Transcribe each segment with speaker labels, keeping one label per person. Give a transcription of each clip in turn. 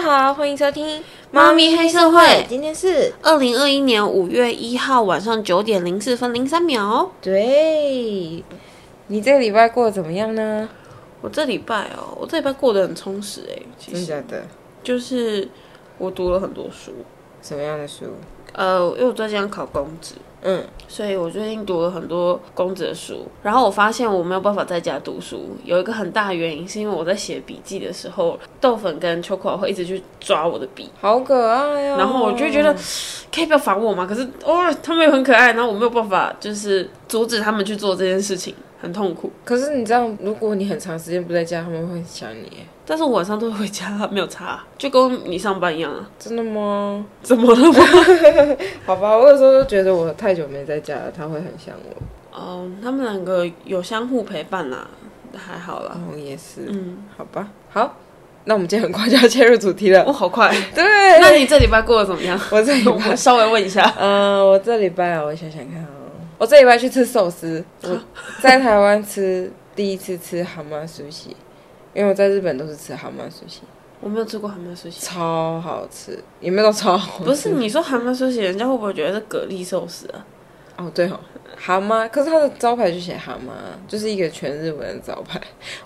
Speaker 1: 好，欢迎收听《
Speaker 2: 猫咪黑社会》。
Speaker 1: 今天是
Speaker 2: 二零二一年五月一号晚上九点零四分零三秒。哦
Speaker 1: 对，你这礼拜过得怎么样呢？
Speaker 2: 我这礼拜哦，我这礼拜过得很充实哎、其
Speaker 1: 真
Speaker 2: 实
Speaker 1: 假的？
Speaker 2: 就是我读了很多书，
Speaker 1: 什么样的书？
Speaker 2: 呃，因为我最近要考公职，
Speaker 1: 嗯，
Speaker 2: 所以我最近读了很多公职的书。然后我发现我没有办法在家读书，有一个很大的原因是因为我在写笔记的时候，豆粉跟秋葵会一直去抓我的笔，
Speaker 1: 好可爱哦。
Speaker 2: 然后我就觉得，可以不要烦我嘛。可是哦，他们也很可爱，然后我没有办法就是阻止他们去做这件事情，很痛苦。
Speaker 1: 可是你这样，如果你很长时间不在家，他们会很想你耶。
Speaker 2: 但是我晚上都会回家，没有差，就跟你上班一样啊。
Speaker 1: 真的吗？
Speaker 2: 怎么了 吗？
Speaker 1: 好吧，我有时候都觉得我太久没在家了，他会很想我。
Speaker 2: 嗯，他们两个有相互陪伴啦，还好啦。
Speaker 1: 哦，也是，
Speaker 2: 嗯，
Speaker 1: 好吧，好，那我们今天很快就要切入主题了
Speaker 2: 我、。哦好 快。
Speaker 1: 对，
Speaker 2: 那你这礼拜过得怎么样？
Speaker 1: 哦我这礼拜
Speaker 2: 嗯 我稍微问一下。
Speaker 1: 嗯，我这礼拜啊我想想看哦，我这礼拜去吃寿司，我 在台湾吃第一次吃蛤蟆苏西，因为我在日本都是吃蛤蟆苏西，
Speaker 2: 我没有吃过韩漫寿喜，
Speaker 1: 超好吃，有没有到超好吃？
Speaker 2: 不是你说韩漫寿喜，人家会不会觉得是蛤蜊寿司啊？
Speaker 1: 哦，对哦，蛤蟆，可是它的招牌就写蛤蟆，就是一个全日文的招牌，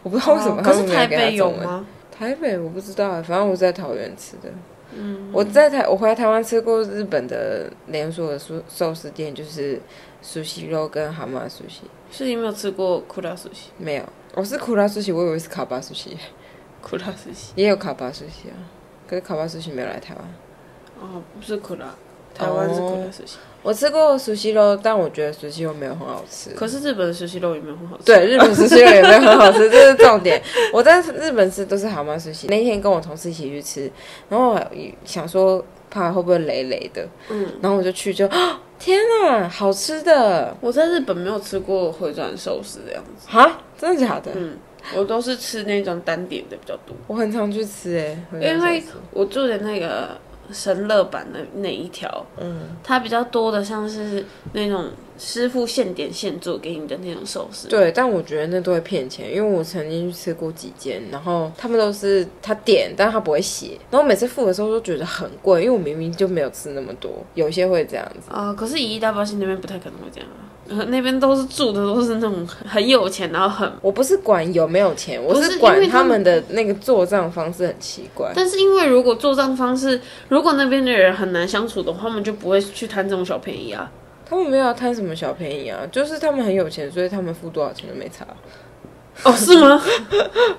Speaker 1: 我不知道为什么
Speaker 2: 哦
Speaker 1: 他们
Speaker 2: 可是
Speaker 1: 没有
Speaker 2: 台
Speaker 1: 给它
Speaker 2: 北有
Speaker 1: 中文
Speaker 2: 吗？
Speaker 1: 台北我不知道，啊反正我在桃园吃的。嗯，我在台我回来台湾吃过日本的连锁的寿寿司店，就是苏西肉跟蛤蟆苏西。
Speaker 2: 是你没有吃过库拉寿喜？
Speaker 1: 没有，我是苦拉苏西，我以为是卡巴苏西，
Speaker 2: 库拉寿喜。
Speaker 1: 也有卡巴苏西啊。可是卡巴苏西没有来台湾。
Speaker 2: 哦，不是可拉，台湾是可拉寿喜，
Speaker 1: 我吃过苏西肉，但我觉得苏西肉没有很好吃。
Speaker 2: 可是日本的寿喜肉也没有很好吃。
Speaker 1: 对，，日本苏西肉也没有很好吃，这是重点。我在日本吃都是蛤蟆苏西。那天跟我同事一起去吃，然后我想说怕会不会累累的，
Speaker 2: 嗯，
Speaker 1: 然后我就去就，啊天哪，好吃的
Speaker 2: 我在日本没有吃过回转寿司的样子，
Speaker 1: 哈，真的假的？
Speaker 2: 嗯，我都是吃那种单点的比较多，
Speaker 1: 我很常去吃哎、
Speaker 2: 因为我住的那个神乐版的那一条，
Speaker 1: 嗯，
Speaker 2: 它比较多的像是那种师傅现点现做给你的那种寿司，
Speaker 1: 对，但我觉得那都会骗钱，因为我曾经去吃过几间，然后他们都是他点，但他不会写，然后每次付的时候都觉得很贵，因为我明明就没有吃那么多，有些会这样子。
Speaker 2: 啊、可是以一大巴西那边不太可能会这样啊， 呃那边都是住的都是那种很有钱，然后很
Speaker 1: 我不是管有没有钱，我
Speaker 2: 不是
Speaker 1: 是管
Speaker 2: 因为他
Speaker 1: 他
Speaker 2: 们
Speaker 1: 们的那个做账方式很奇怪。
Speaker 2: 但是因为如果做账方式，如果那边的人很难相处的话，他们就不会去贪这种小便宜啊。
Speaker 1: 他们没有要贪什么小便宜啊，就是他们很有钱，所以他们付多少钱都没差。
Speaker 2: 哦， 是吗？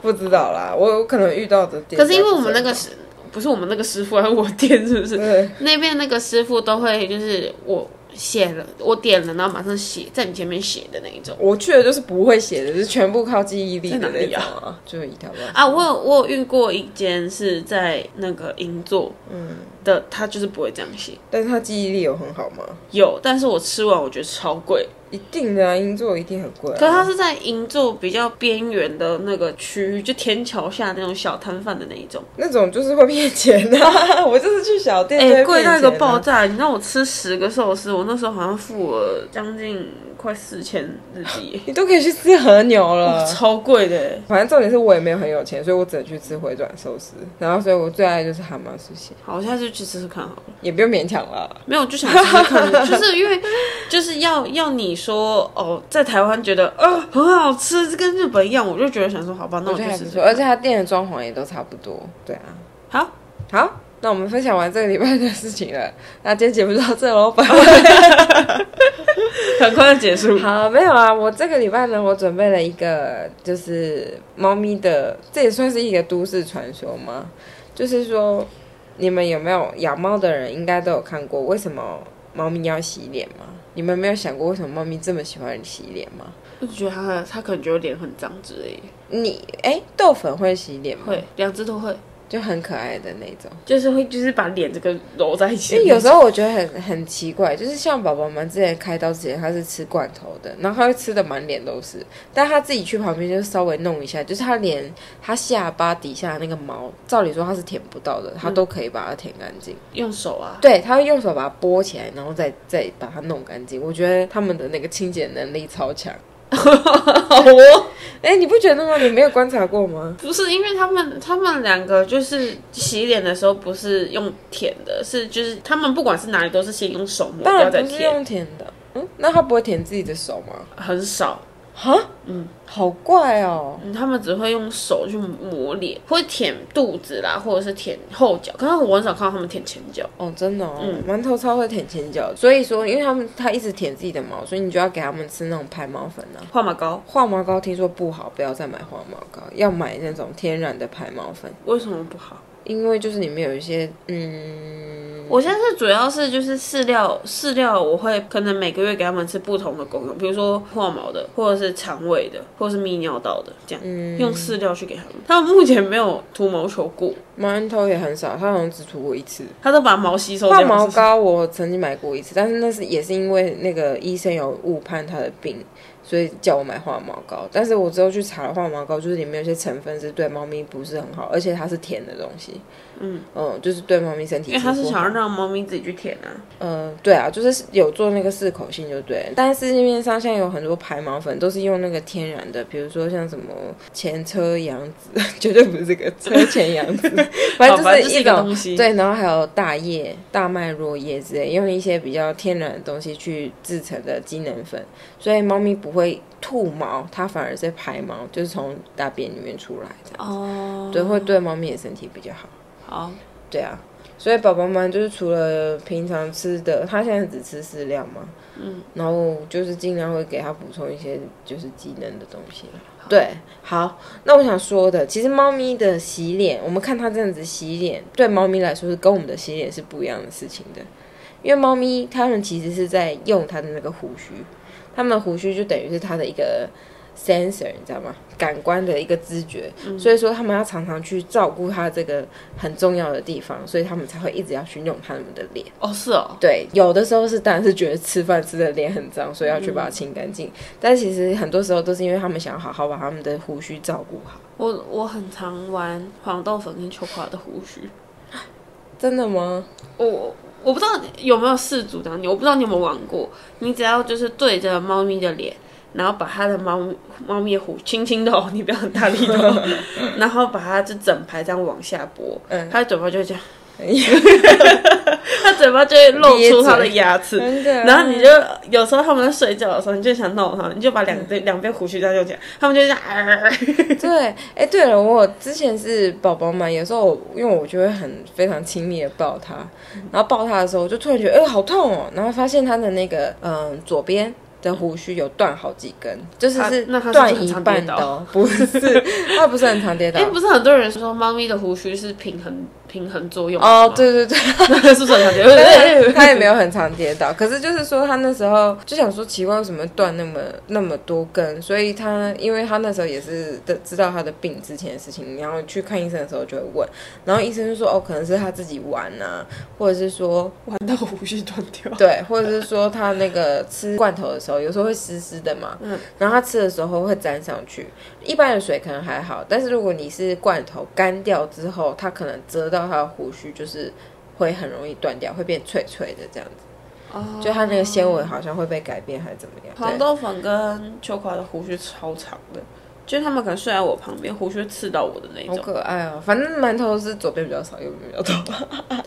Speaker 1: 不知道啦，我有可能遇到的店家
Speaker 2: 可
Speaker 1: 这样。
Speaker 2: 是因为我们那个师，不是我们那个师傅，还是我店是不是？
Speaker 1: 对
Speaker 2: 那边那个师傅都会就是我写了，我点了，然后马上写在你前面写的那一种。
Speaker 1: 我去的就是不会写的，就是全部靠记忆力的
Speaker 2: 在哪
Speaker 1: 那
Speaker 2: 里
Speaker 1: 种
Speaker 2: 啊
Speaker 1: 啊，就一条吧。
Speaker 2: 啊，我有我有遇过一间是在那个银座，嗯的，他就是不会这样写。
Speaker 1: 但是他记忆力有很好吗？
Speaker 2: 有，但是我吃完我觉得超贵，
Speaker 1: 一定的啊，银座一定很贵、啊。
Speaker 2: 可是它是在银座比较边缘的那个区域，就天桥下那种小摊贩的那一种。
Speaker 1: 那种就是会骗钱的、 啊，我就是去小店就
Speaker 2: 哎、
Speaker 1: 会
Speaker 2: 贵
Speaker 1: 骗钱、
Speaker 2: 到
Speaker 1: 啊。，
Speaker 2: 一个爆！炸！你让我吃十个寿司，我那时候好像付了将近快四千日 币
Speaker 1: 你都可以去吃和牛了。
Speaker 2: 超贵的。欸
Speaker 1: 反正重点是我也没有很有钱，所以我只能去吃回转寿司。然后，所以我最爱就是蛤蟆寿喜，
Speaker 2: 好，我下次去吃吃看好了。
Speaker 1: 也不用勉强了。
Speaker 2: 没有，我就想吃吃看， 就是因为就是要要你说哦，在台湾觉得呃很好吃，这跟日本一样，我就觉得想说好吧，那
Speaker 1: 我
Speaker 2: 我
Speaker 1: 觉得
Speaker 2: 去
Speaker 1: 还
Speaker 2: 吃
Speaker 1: 不
Speaker 2: 吃
Speaker 1: 错，
Speaker 2: 看。
Speaker 1: 而且它店的装潢也都差不多。对啊，
Speaker 2: 好，
Speaker 1: 好，那我们分享完这个礼拜的事情了，那今天节目就到这喽，拜拜。
Speaker 2: 很快就结束。
Speaker 1: 好，没有啊，我这个礼拜呢，我准备了一个，就是猫咪的，这也算是一个都市传说吗？就是说，你们有没有养猫的人应该都有看过，为什么猫咪要洗脸吗？你们没有想过为什么猫咪这么喜欢洗脸吗？
Speaker 2: 我就觉得他他可能觉得脸很脏之类的，
Speaker 1: 你哎，豆粉会洗脸吗？
Speaker 2: 会两只都会，
Speaker 1: 就很可爱的那种。
Speaker 2: 就是会就是把脸这个揉在一起
Speaker 1: 因
Speaker 2: 的
Speaker 1: 为
Speaker 2: 那种。
Speaker 1: 有时候我觉得很很奇怪，就是像宝宝们之前开刀之前，他是吃罐头的，然后他会吃的满脸都是，但他自己去旁边就稍微弄一下，就是他连他下巴底下那个毛，照理说他是舔不到的，他都可以把它舔干净。
Speaker 2: 用手啊，
Speaker 1: 对，他会用 手把它拨起来，然后再再把它弄干净。我觉得他们的那个清洁能力超强。
Speaker 2: 好哦，
Speaker 1: 哎、你不觉得吗？你没有观察过吗？
Speaker 2: 不是因为他们他们两个就是洗脸的时候不是用舔的，是就是他们不管是哪里都是先用手抹
Speaker 1: 当
Speaker 2: 掉
Speaker 1: 然
Speaker 2: 再
Speaker 1: 不是
Speaker 2: 舔，
Speaker 1: 用舔的，嗯，那他不会舔自己的手吗？
Speaker 2: 很少。
Speaker 1: 哈，
Speaker 2: 嗯，
Speaker 1: 好怪哦。
Speaker 2: 嗯他们只会用手去抹脸，会舔肚子啦，或者是舔后脚。可是我很少看到他们舔前脚。
Speaker 1: 哦，真的哦，
Speaker 2: 嗯
Speaker 1: 馒头超会舔前脚，所以说，因为他们他一直舔自己的毛，所以你就要给他们吃那种排毛粉啊。
Speaker 2: 化马膏
Speaker 1: 化毛膏听说不好，不要再买化毛膏，要买那种天然的排毛粉，
Speaker 2: 为什么不好？
Speaker 1: 因为就是里面有一些嗯，
Speaker 2: 我现在是主要是就是饲料，饲料我会可能每个月给他们吃不同的功用，比如说化毛的，或者是肠胃的，或者是泌尿道的，这样、
Speaker 1: 嗯
Speaker 2: 用饲料去给他们。他们目前没有涂毛球过，
Speaker 1: 馒头也很少，他好像只涂过一次。
Speaker 2: 他都把毛吸收掉
Speaker 1: 化
Speaker 2: 了。
Speaker 1: 毛
Speaker 2: 是不是
Speaker 1: 膏我曾经买过一次，但是那是也是因为那个医生有误判他的病，所以叫我买化毛膏。但是我之后去查了化毛膏，就是里面有些成分是对猫咪不是很好，而且它是甜的东西。嗯嗯，就是对猫咪身体
Speaker 2: 因为他是
Speaker 1: 不好
Speaker 2: 想要让猫咪自己去舔啊。
Speaker 1: 呃，对啊，就是有做那个适口性就对了，但是市面上现在有很多排毛粉都是用那个天然的，比如说像什么前车羊 脂，绝对不是这 个车前羊脂，哦反
Speaker 2: 好
Speaker 1: 正
Speaker 2: 哦
Speaker 1: 就
Speaker 2: 反
Speaker 1: 是
Speaker 2: 正是
Speaker 1: 一
Speaker 2: 一个
Speaker 1: 种
Speaker 2: 东西
Speaker 1: 对，然后还有大叶、大麦落叶之类，用一些比较天然的东西去制成的机能粉，所以猫咪不会吐毛，它反而是排毛，就是从大便里面出来的，
Speaker 2: 哦，
Speaker 1: 对，会对猫咪的身体比较好。
Speaker 2: 好，
Speaker 1: 对啊，所以宝宝们就是除了平常吃的，他现在只吃饲料嘛，嗯，然后就是尽量会给他补充一些就是机能的东西啦。对，好，那我想说的，其实猫咪的洗脸，我们看它这样子洗脸，对猫咪来说是跟我们的洗脸是不一样的事情的，因为猫咪它们其实是在用它的那个胡须，它们的胡须就等于是它的一个 sensor，你知道吗？感官的一个知觉，所以说它们要常常去照顾它这个很重要的地方，所以他们才会一直要去弄他们的脸。
Speaker 2: 哦是哦，
Speaker 1: 对，有的时候是当然是觉得吃饭吃的脸很脏，所以要去把它清干净。但其实很多时候都是因为他们想要好好把他们的胡须照顾好。
Speaker 2: 我我很常玩黄豆粉跟秋葵的胡须，
Speaker 1: 真的吗？
Speaker 2: 我我我不知道有没有四组当你，我不知道你有没有玩过。你只要就是对着猫咪的脸，然后把它的猫猫咪的胡轻轻的哦， 你不要很大力的哦， 然后把它就整排这样往下拨，
Speaker 1: 嗯
Speaker 2: 它的嘴巴就会这 样，它嘴巴就会露出它的牙齿。
Speaker 1: 真的
Speaker 2: 然后你就有时候他们在睡觉的时候，你就想弄它，你就把两
Speaker 1: 嗯
Speaker 2: 边两边胡须这样用起来，他们就这样、啊
Speaker 1: 对，哎，对了，我之前是宝宝嘛，有时候我因为我就会很非常亲密的抱它，然后抱它的时候，我就突然觉得，哎、好痛哦，然后发现它的那个嗯左边。的胡须有断好几根，就是
Speaker 2: 它
Speaker 1: 是
Speaker 2: 那它是
Speaker 1: 断
Speaker 2: 不是很
Speaker 1: 一
Speaker 2: 常跌
Speaker 1: 半的哦，不是，它不是很常跌倒
Speaker 2: 因为。哎不是很多人说猫咪的胡须是平衡平衡作用的
Speaker 1: 哦
Speaker 2: 吗，，
Speaker 1: 对对对，
Speaker 2: 是不是很常见？
Speaker 1: 但是他也没有很常跌倒，可是就是说他那时候就想说奇怪为什么断那么那么多根，所以他因为他那时候也是的知道他的病之前的事情，然后去看医生的时候就会问，然后医生就说哦可能是他自己玩啊，或者是说
Speaker 2: 玩到胡须断掉。
Speaker 1: 对，或者是说他那个吃罐头的时候有时候会湿湿的嘛，
Speaker 2: 嗯
Speaker 1: 然后他吃的时候会沾上去，一般的水可能还好，但是如果你是罐头干掉之后，它可能遮到它的胡须就是。会很容易断掉，会变脆脆的这样子。
Speaker 2: 哦
Speaker 1: 就它那个纤维好像会被改变还是怎么样？
Speaker 2: 黄
Speaker 1: 对，
Speaker 2: 豆粉跟秋葵的胡须超长的，就是他们可能睡在我旁边，胡须刺到我的那一
Speaker 1: 好
Speaker 2: 种。
Speaker 1: 可爱哦。反正馒头是左边比较少，右边比较多。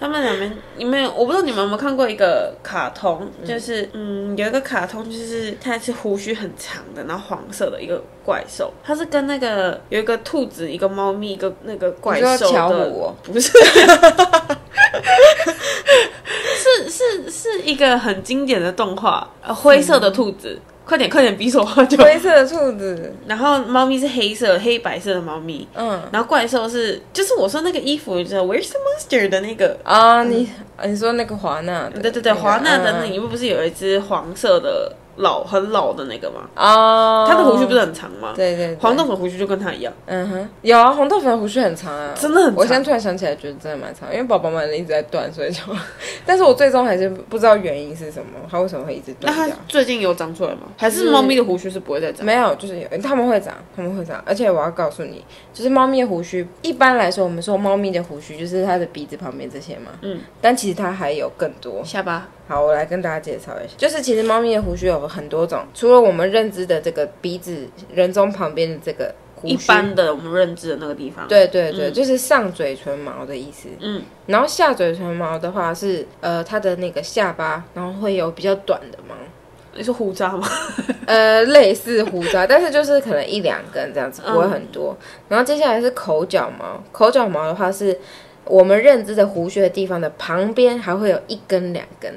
Speaker 2: 他们两边，你们我不知道你们有没有看过一个卡通，就是嗯有一个卡通就是它是胡须很长的，然后黄色的一个怪兽，它是跟那个有一个兔子、一个猫咪、一个那个怪
Speaker 1: 你
Speaker 2: 兽
Speaker 1: 说巧
Speaker 2: 的
Speaker 1: 虎哦，
Speaker 2: 不是。是是是一个很经典的动画，呃，灰色的兔子，快点快点，比手画脚，
Speaker 1: 灰色的兔子，
Speaker 2: 然后猫咪是黑色、黑白色的猫咪，
Speaker 1: 嗯
Speaker 2: 然后怪兽是就是我说那个衣服叫 Where's the Monster 的那个，
Speaker 1: 啊，你啊你说那个华纳的，
Speaker 2: 对对对，
Speaker 1: 那个
Speaker 2: 华纳的那
Speaker 1: 嗯
Speaker 2: 里面不是有一只黄色的老很老的那个吗？
Speaker 1: 哦，
Speaker 2: 它的胡须不是很长吗？
Speaker 1: 对对对
Speaker 2: 黄豆粉胡须就跟它一样，
Speaker 1: 嗯哼，有啊，红豆粉的胡须很长啊，
Speaker 2: 真的很长
Speaker 1: 我现在突然想起来，觉得真的蛮长，因为宝宝们一直在断，所以就， 但是我最终还是不知道原因是什么，它嗯为什么会一直
Speaker 2: 那
Speaker 1: 断
Speaker 2: 它
Speaker 1: 掉。
Speaker 2: 最近有长出来吗？还是猫咪的胡须是不会再长？
Speaker 1: 没有，就是有他们会长，他们会长，而且我要告诉你，就是猫咪的胡须，一般来说我们说猫咪的胡须就是它的鼻子旁边这些嘛，
Speaker 2: 嗯，
Speaker 1: 但其实它还有更多，
Speaker 2: 下巴
Speaker 1: 好，我来跟大家介绍一下，就是其实猫咪的胡须有很多种，除了我们认知的这个鼻子人中旁边的这个胡须，
Speaker 2: 一般的我们认知的那个地方。，
Speaker 1: 对对对，
Speaker 2: 嗯
Speaker 1: 就是上嘴唇毛的意思。
Speaker 2: 嗯，
Speaker 1: 然后下嘴唇毛的话是呃它的那个下巴，然后会有比较短的毛，
Speaker 2: 你是胡渣吗？
Speaker 1: 呃类似胡渣，但是就是可能一两根这样子，
Speaker 2: 嗯
Speaker 1: 不会很多。然后接下来是口角毛，口角毛的话是我们认知的胡须的地方的旁边还会有一根两根，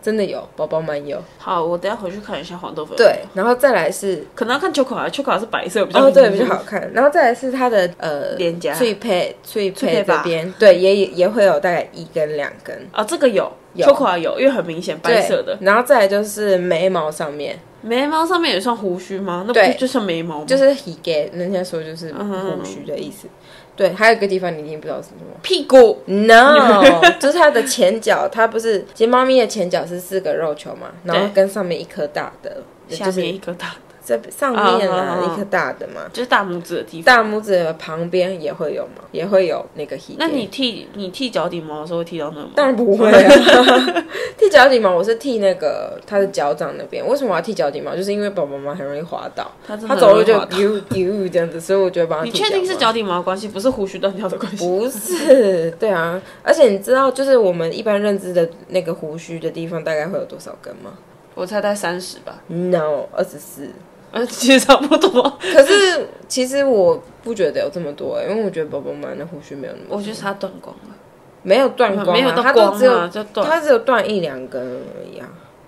Speaker 1: 真的有，宝宝们有。
Speaker 2: 好，我等一下回去看一下黄豆粉。，
Speaker 1: 对，然后再来是
Speaker 2: 可能要看秋口啊，秋口是白色比较
Speaker 1: 哦，对，比较好看。然后再来是它的呃
Speaker 2: 脸颊
Speaker 1: 脆配脆
Speaker 2: 脆
Speaker 1: 配
Speaker 2: 配
Speaker 1: 这
Speaker 2: 吧
Speaker 1: 边，对，也也会有大概一根两根
Speaker 2: 啊，这个有
Speaker 1: 有
Speaker 2: 秋口啊有，因为很明显白色的
Speaker 1: 对。然后再来就是眉毛上面，
Speaker 2: 眉毛上面也算胡须吗？那
Speaker 1: 对
Speaker 2: 不就算眉毛吗？
Speaker 1: 就是 he get，人家说就是
Speaker 2: 嗯哼
Speaker 1: 胡须的意思。对，还有一个地方你一定不知道是什 么。
Speaker 2: 屁股
Speaker 1: No，就是它的前脚，它不是，其实猫咪的前脚是四个肉球嘛，然后
Speaker 2: 对
Speaker 1: 跟上面一颗大的，
Speaker 2: 下
Speaker 1: 就是
Speaker 2: 面一个大，
Speaker 1: 这上面啊
Speaker 2: 哦哦哦
Speaker 1: 一颗大的嘛，
Speaker 2: 就是大拇指的地方。
Speaker 1: 大拇指的旁边也会有嘛，也会有那个 he。
Speaker 2: 那你剃你剃脚底毛的时候会剃到那吗？
Speaker 1: 当然不会 啊！剃脚底毛我是剃那个它的脚掌那边。为什么我要剃脚底毛？就是因为宝宝妈很容易滑倒，
Speaker 2: 他真
Speaker 1: 它
Speaker 2: 的
Speaker 1: 走路就
Speaker 2: 很滑倒
Speaker 1: u u 这样子，所以我就会帮它
Speaker 2: 你
Speaker 1: 剃。
Speaker 2: 确定是？脚底毛的关系，不是胡须断掉的关系？
Speaker 1: 不是，对啊。而且你知道，就是我们一般认知的那个胡须的地方大概会有多少根吗
Speaker 2: 我猜在三十吧，
Speaker 1: ？No，二十四。
Speaker 2: 呃，其实差不多。
Speaker 1: 可是其实我不觉得有这么多、欸因为我觉得宝宝妈的胡须没有那么，
Speaker 2: 我觉得它断光了，
Speaker 1: 没有断光、啊，
Speaker 2: 没有
Speaker 1: 它
Speaker 2: 到
Speaker 1: 都
Speaker 2: 光
Speaker 1: 只有
Speaker 2: 啊，就断。
Speaker 1: 它只有断一两根而已啊。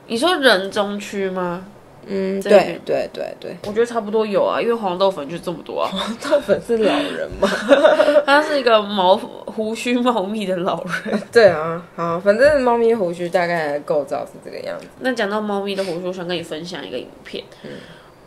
Speaker 2: 你说人中区吗？
Speaker 1: 嗯，
Speaker 2: 这边
Speaker 1: 对对对对，
Speaker 2: 我觉得差不多有啊，因为黄豆粉就这么多啊。
Speaker 1: 到粉是老人吗？
Speaker 2: 它是一个毛胡须茂密的老人。
Speaker 1: 对啊，好，反正猫咪胡须大概的构造是这个样子。
Speaker 2: 那讲到猫咪的胡须，我想跟你分享一个影片。
Speaker 1: 嗯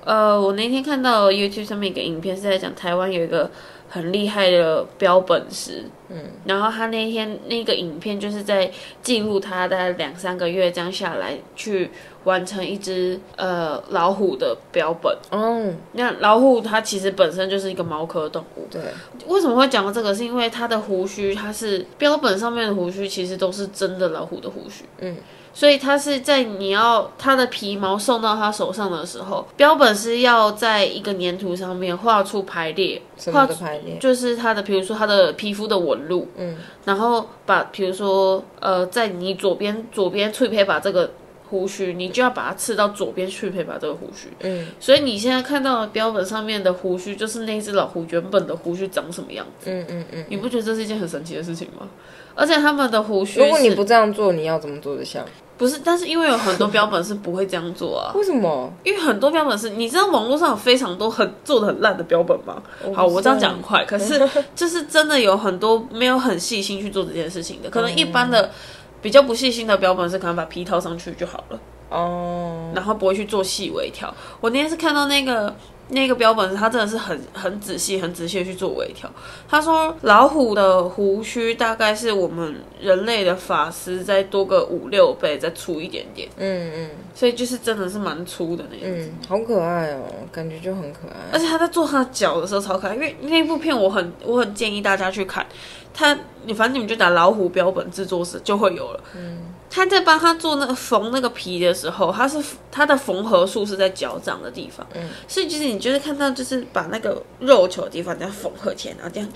Speaker 2: 呃，我那天看到 YouTube 上面一个影片是在讲台湾有一个很厉害的标本师，嗯，然后他那天那个影片就是在记录他大概两三个月这样下来去完成一只呃老虎的标本。
Speaker 1: 哦，
Speaker 2: 那老虎它其实本身就是一个猫科动物，
Speaker 1: 对，
Speaker 2: 为什么会讲到这个？是因为它的胡须，它是标本上面的胡须，其实都是真的老虎的胡须。
Speaker 1: 嗯，
Speaker 2: 所以它是在你要它的皮毛送到它手上的时候，标本是要在一个粘土上面画出排列，
Speaker 1: 什么
Speaker 2: 画
Speaker 1: 的排列？
Speaker 2: 就是它的，比如说它的皮肤的纹路，
Speaker 1: 嗯，
Speaker 2: 然后把，比如说呃，在你左边左边翠佩把这个。胡须，你就要把它刺到左边去，配把这个胡须。
Speaker 1: 嗯
Speaker 2: 所以你现在看到的标本上面的胡须，就是那只老虎原本的胡须长什么样子。
Speaker 1: 嗯嗯嗯。
Speaker 2: 你不觉得这是一件很神奇的事情吗？而且他们的胡须是，
Speaker 1: 如果你不这样做，你要怎么做得像？
Speaker 2: 不是，但是因为有很多标本是不会这样 做啊，
Speaker 1: 为什么？
Speaker 2: 因为很多标本是，你知道网络上有非常多很做的很烂的标本吗？好，我这样讲很快，可是就是真的有很多没有很细心去做这件事情的，可能一般的。比较不细心的标本是可能把皮套上去就好了，
Speaker 1: 哦，
Speaker 2: 然后不会去做细微调。我那天是看到那个那个标本，他真的是很很仔细、很仔细地去做微调。他说老虎的胡须大概是我们人类的发丝再多个五六倍，再粗一点点，
Speaker 1: 嗯嗯
Speaker 2: 所以就是真的是蛮粗的那种。
Speaker 1: 嗯，好可爱哦，感觉就很可
Speaker 2: 而
Speaker 1: 爱。
Speaker 2: 且他在做他的脚的时候超可爱，因为那部片我很我很建议大家去看。他你反正你们就打老虎标本制作室就会有了。嗯，他在帮他做那个缝那个皮的时候，他是他的缝合术是在脚掌的地方。嗯，所以就是你就是看到就是把那个肉球的地方这样缝合起来，然后这样。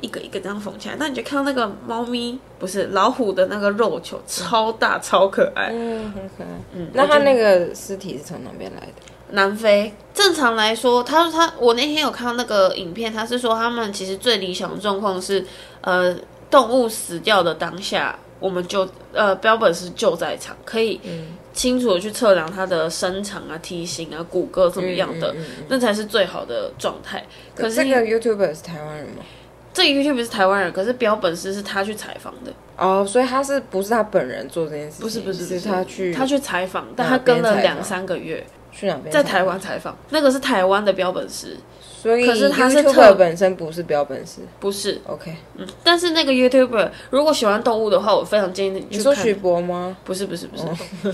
Speaker 2: 一个一个这样缝起来，那你就看到那个猫咪不是老虎的那个肉球超大超可爱，
Speaker 1: 嗯，很可爱。
Speaker 2: 嗯，
Speaker 1: 那
Speaker 2: 我觉
Speaker 1: 它
Speaker 2: 得
Speaker 1: 那个尸体是从哪边来的？
Speaker 2: 南非。正常来说，他他我那天有看到那个影片，他是说他们其实最理想的状况是，呃，动物死掉的当下，我们就呃标本是就在场，可以
Speaker 1: 嗯
Speaker 2: 清楚的去测量它的身长啊、体型啊、骨骼怎么样的，
Speaker 1: 嗯嗯嗯
Speaker 2: 那才是最好的状态。可是
Speaker 1: 这个 YouTuber 是台湾人吗？
Speaker 2: 这个 YouTube 是台湾人，可是标本师是他去采访的，
Speaker 1: 哦，所以他是不是他本人做这件事情？
Speaker 2: 不是不是，
Speaker 1: 是
Speaker 2: 不
Speaker 1: 他去
Speaker 2: 他去采访，但
Speaker 1: 哪
Speaker 2: 他跟
Speaker 1: 边采
Speaker 2: 了
Speaker 1: 访
Speaker 2: 两三个月，
Speaker 1: 去哪边？
Speaker 2: 在台，湾采访，那个是台湾的标本师，
Speaker 1: 所以
Speaker 2: 可是他是
Speaker 1: YouTuber
Speaker 2: 特
Speaker 1: 本身不是标本师。
Speaker 2: 不是
Speaker 1: OK，
Speaker 2: 嗯，但是那个 YouTuber 如果喜欢动物的话，我非常建议你
Speaker 1: 你
Speaker 2: 去
Speaker 1: 说哦
Speaker 2: 看。
Speaker 1: 徐博吗？
Speaker 2: 不是不是不是，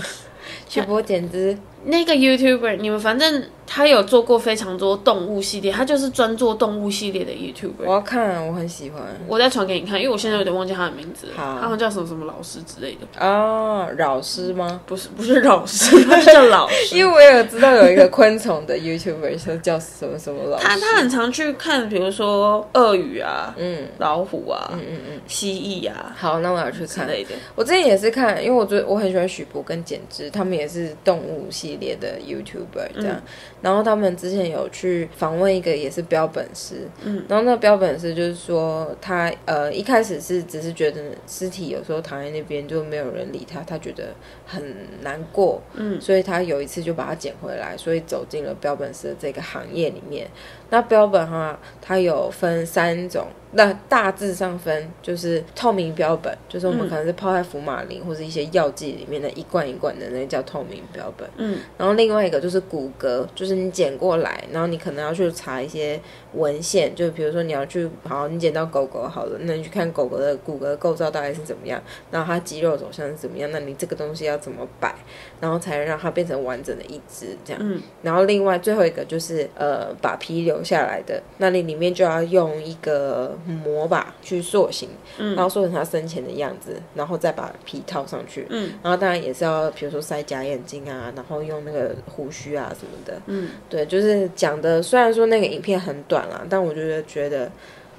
Speaker 1: 曲波简直
Speaker 2: 那个 YouTuber，你们反正他有做过非常多动物系列，他就是专做动物系列的 YouTuber
Speaker 1: 我。要看，我很喜欢
Speaker 2: 我再传给你看，因为我现在有点忘记他的名字了，
Speaker 1: 好
Speaker 2: 他好像叫什么什么老师之类的，
Speaker 1: 啊，扰师吗？
Speaker 2: 不是不是 老师，他是叫老师。
Speaker 1: 因为我有知道有一个昆虫的 YouTuber 说叫什么什么老师，
Speaker 2: 他他很常去看，比如说鳄鱼啊、
Speaker 1: 嗯
Speaker 2: 老虎啊、
Speaker 1: 嗯嗯嗯，
Speaker 2: 蜥蜴啊
Speaker 1: 好，那我要去
Speaker 2: 之
Speaker 1: 看。
Speaker 2: 类的。
Speaker 1: 我之前也是看，因为我觉得我很喜欢许博跟简之，他们也是动物系列的 YouTuber 这
Speaker 2: 嗯
Speaker 1: 样。然后他们之前有去访问一个也是标本师，
Speaker 2: 嗯，
Speaker 1: 然后那个标本师就是说他呃一开始是只是觉得尸体有时候躺在那边就没有人理他，他觉得很难过，
Speaker 2: 嗯，
Speaker 1: 所以他有一次就把它捡回来，所以走进了标本师的这个行业里面。那标本哈、它有分三种，那大致上分就是透明标本，就是我们
Speaker 2: 嗯
Speaker 1: 可能是泡在福马林或者一些药剂里面的一罐一罐的那个叫透明标本。
Speaker 2: 嗯，
Speaker 1: 然后另外一个就是骨骼，就是你捡过来，然后你可能要去查一些文献，就比如说你要去，好，你捡到狗狗好了，那你去看狗狗的骨骼构造大概是怎么样，然后它肌肉走向是怎么样，那你这个东西要怎么摆，然后才能让它变成完整的一只这样。
Speaker 2: 嗯，
Speaker 1: 然后另外最后一个就是呃，把皮留下来的，那你里面就要用一个模吧去塑形，
Speaker 2: 嗯
Speaker 1: 然后塑成它生前的样子，然后再把皮套上去，
Speaker 2: 嗯，
Speaker 1: 然后当然也是要比如说塞假眼睛啊，然后用那个胡须啊什么的，
Speaker 2: 嗯，
Speaker 1: 对，就是讲的虽然说那个影片很短啦，但我就是觉得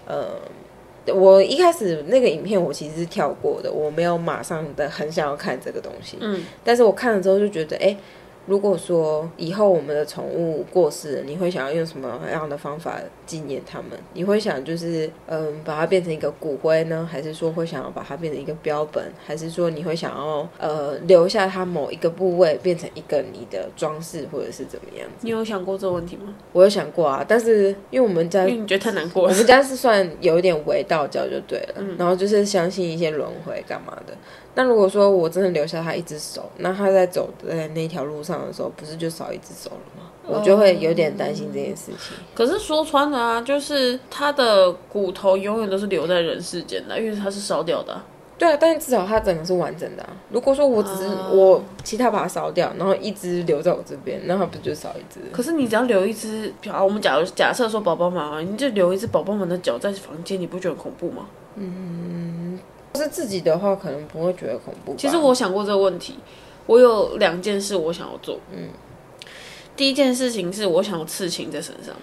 Speaker 1: 呃。我一开始那个影片我其实是跳过的，我没有马上的很想要看这个东西。
Speaker 2: 嗯，
Speaker 1: 但是我看了之后就觉得，哎、如果说以后我们的宠物过世了，你会想要用什么样的方法纪念它们？你会想就是嗯，把它变成一个骨灰呢，还是说会想要把它变成一个标本，还是说你会想要呃留下它某一个部位变成一个你的装饰，或者是怎么样？
Speaker 2: 你有想过这个问题吗？
Speaker 1: 我有想过啊，但是因为我们家
Speaker 2: 因为你觉得太难过
Speaker 1: 我
Speaker 2: 了。
Speaker 1: 们家是算有一点伪道教就对了，
Speaker 2: 嗯
Speaker 1: 然后就是相信一些轮回干嘛的。那如果说我真的留下他一只手，那他在走在那条路上的时候，不是就少一只手了吗？我就会有点担心这件事情。
Speaker 2: 可是说穿了啊，就是他的骨头永远都是留在人世间的，因为它是烧掉的啊、
Speaker 1: 对啊，但是至少它整个是完整的、啊。如果说我只是、
Speaker 2: 哦
Speaker 1: 我其他把它烧掉，然后一只留在我这边，那它不就少一只？
Speaker 2: 可是你只要留一只，比如啊我们假如假设说宝宝们啊，你就留一只宝宝们的脚在房间，你不觉得很恐怖吗？
Speaker 1: 是自己的话，可能不会觉得恐怖吧。
Speaker 2: 其实我想过这个问题，我有两件事我想要做。嗯，第一件事情是我想要刺青在身上，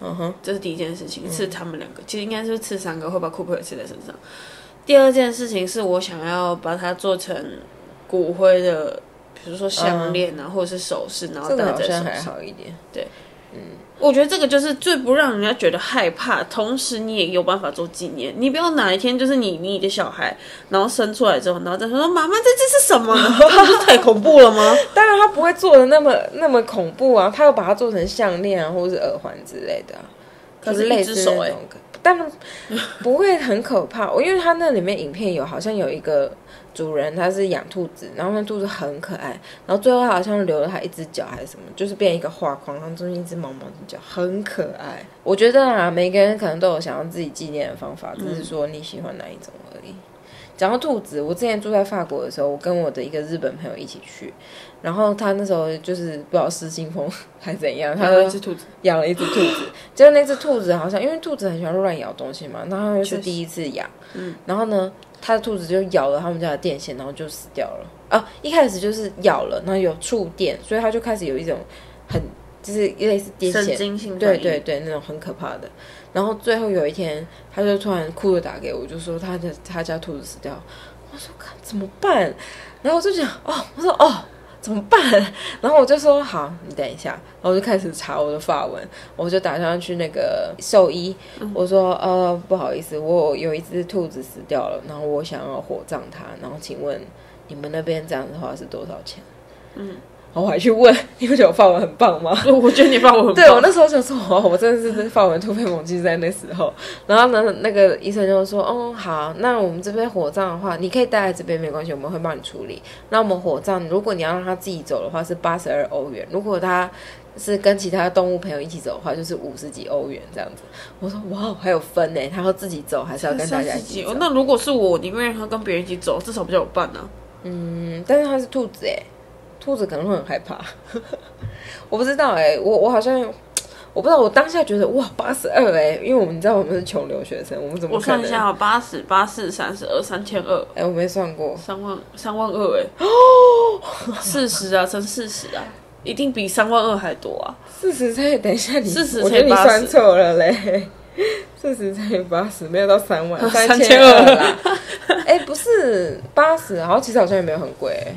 Speaker 1: 嗯哼，嗯
Speaker 2: 这是第一件事情，刺他们两个，其实应该是刺三个，会把库珀也刺在身上。第二件事情是我想要把它做成骨灰的，比如说项链啊，或者是首饰，然
Speaker 1: 嗯
Speaker 2: 后
Speaker 1: 这
Speaker 2: 戴
Speaker 1: 个好
Speaker 2: 在
Speaker 1: 像
Speaker 2: 手
Speaker 1: 还
Speaker 2: 上。
Speaker 1: 好一点。
Speaker 2: 我觉得这个就是最不让人家觉得害怕，同时你也有办法做纪念。你不要哪一天就是你你的小孩，然后生出来之后，然后再说妈妈这这 是什么？这不是太恐怖了吗？
Speaker 1: 当然，他不会做的那么那么恐怖啊，他要把它做成项链啊，或者是耳环之类的啊、
Speaker 2: 可
Speaker 1: 就是类
Speaker 2: 一
Speaker 1: 似
Speaker 2: 只
Speaker 1: 那种
Speaker 2: 手欸
Speaker 1: 感，但是不会很可怕。我因为他那里面影片有好像有一个主人，他是养兔子，然后那兔子很可爱，然后最后他好像留了它一只脚还是什么，就是变一个画框，然后中间一只毛毛的脚，很可爱。我觉得啊，每个人可能都有想要自己纪念的方法，只是说你喜欢哪一种而已。讲到兔子，我之前住在法国的时候，我跟我的一个日本朋友一起去，然后他那时候就是不知道失心疯还怎样，他
Speaker 2: 还
Speaker 1: 说
Speaker 2: 有一只兔子，
Speaker 1: 养了一只兔子，结果那只兔子好像因为兔子很喜欢乱咬东西嘛，然后它又是第一次养，
Speaker 2: 嗯，
Speaker 1: 然后呢，它的兔子就咬了他们家的电线，然后就死掉了。啊，一开始就是咬了，然后有触电，所以它就开始有一种很就是类似癫
Speaker 2: 神
Speaker 1: 痫
Speaker 2: 经性
Speaker 1: 对
Speaker 2: 反应
Speaker 1: 对对，那种很可怕的。然后最后有一天，他就突然哭着打给我，就说他的他家兔子死掉。我说看怎么办？然后我就想哦，我说哦怎么办？然后我就说好，你等一下。然后我就开始查我的发文，我就打算去那个兽医，我说呃不好意思，我有一只兔子死掉了，然后我想要火葬它，然后请问你们那边这样的话是多少钱？
Speaker 2: 嗯，
Speaker 1: 然后我还去问，你不觉得我发文很棒吗？
Speaker 2: 我觉得你发我很
Speaker 1: 对我
Speaker 2: 棒。
Speaker 1: 那时候想说，哇，我真的是发文突飞猛进在那时候。然后呢，那个医生就说，哦，好，那我们这边火葬的话，你可以带来这边没关系，我们会帮你处理。那我们火葬，如果你要让他自己走的话是八十二欧元，如果他是跟其他动物朋友一起走的话，就是五十几欧元这样子。我说哇，还有分呢，他要自己走还是要跟大家一起走
Speaker 2: 哦？那如果是我，我宁愿让他跟别人一起走，至少比较有伴呢、啊。
Speaker 1: 嗯，但是它是兔子哎，兔兔子可能会很害怕。 我不知道哎、我我好像我不知道，我当下觉得哇八十二哎，因为我们你知道我们是穷留学生，我们怎么
Speaker 2: 我
Speaker 1: 可
Speaker 2: 看一
Speaker 1: 能？
Speaker 2: 下啊，八十八四三十二三千二，
Speaker 1: 哎、我没算过，
Speaker 2: 三万三万二哎、四十啊，乘四十啊，一定比三万二还多啊！
Speaker 1: 四十乘以等一下你，
Speaker 2: 40
Speaker 1: 我觉得你
Speaker 2: 乘以
Speaker 1: 算
Speaker 2: 80
Speaker 1: 错了嘞。四十乘以八十没有到三万，
Speaker 2: 3200
Speaker 1: 千二啦。 哎、不是八十，好，其实好像也没有很贵、哎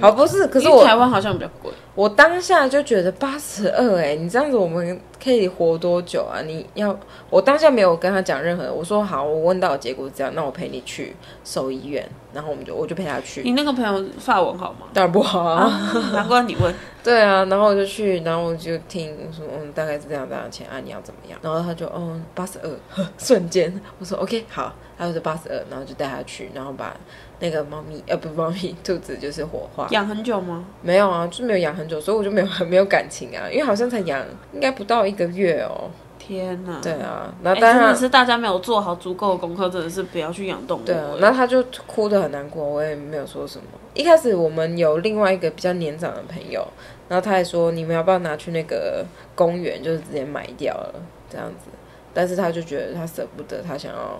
Speaker 1: 好，不是，可是
Speaker 2: 因为
Speaker 1: 我
Speaker 2: 台湾好像比较贵，
Speaker 1: 我当下就觉得八十二，哎，你这样子我们可以活多久啊？你要我当下没有跟他讲任何，我说好，我问到结果这样，那我陪你去兽医院，然后我们就我就陪他去，
Speaker 2: 你那个朋友法文好吗？
Speaker 1: 当然不好啊。
Speaker 2: 难怪你问，
Speaker 1: 对啊，然后我就去，然后我就听我说，嗯，大概是这样这样钱啊，你要怎么样？然后他就，嗯，八十二， 瞬间，我说 OK 好，他就说八十二，然后就带他去，然后把那个猫咪，呃，不，猫咪兔子就是火化，
Speaker 2: 养很久吗？
Speaker 1: 没有啊，就没有养很久，所以我就没有 没有感情啊，因为好像才养应该不到一个月哦。
Speaker 2: 天哪！
Speaker 1: 对啊，
Speaker 2: 哎，
Speaker 1: 然后
Speaker 2: 真
Speaker 1: 当然、
Speaker 2: 的是大家没有做好足够的功课，真的是不要去养动物。
Speaker 1: 对啊，然后他就哭得很难过，我也没有说什么。一开始我们有另外一个比较年长的朋友，然后他还说你们要不要拿去那个公园，就是直接买掉了这样子。但是他就觉得他舍不得，他想要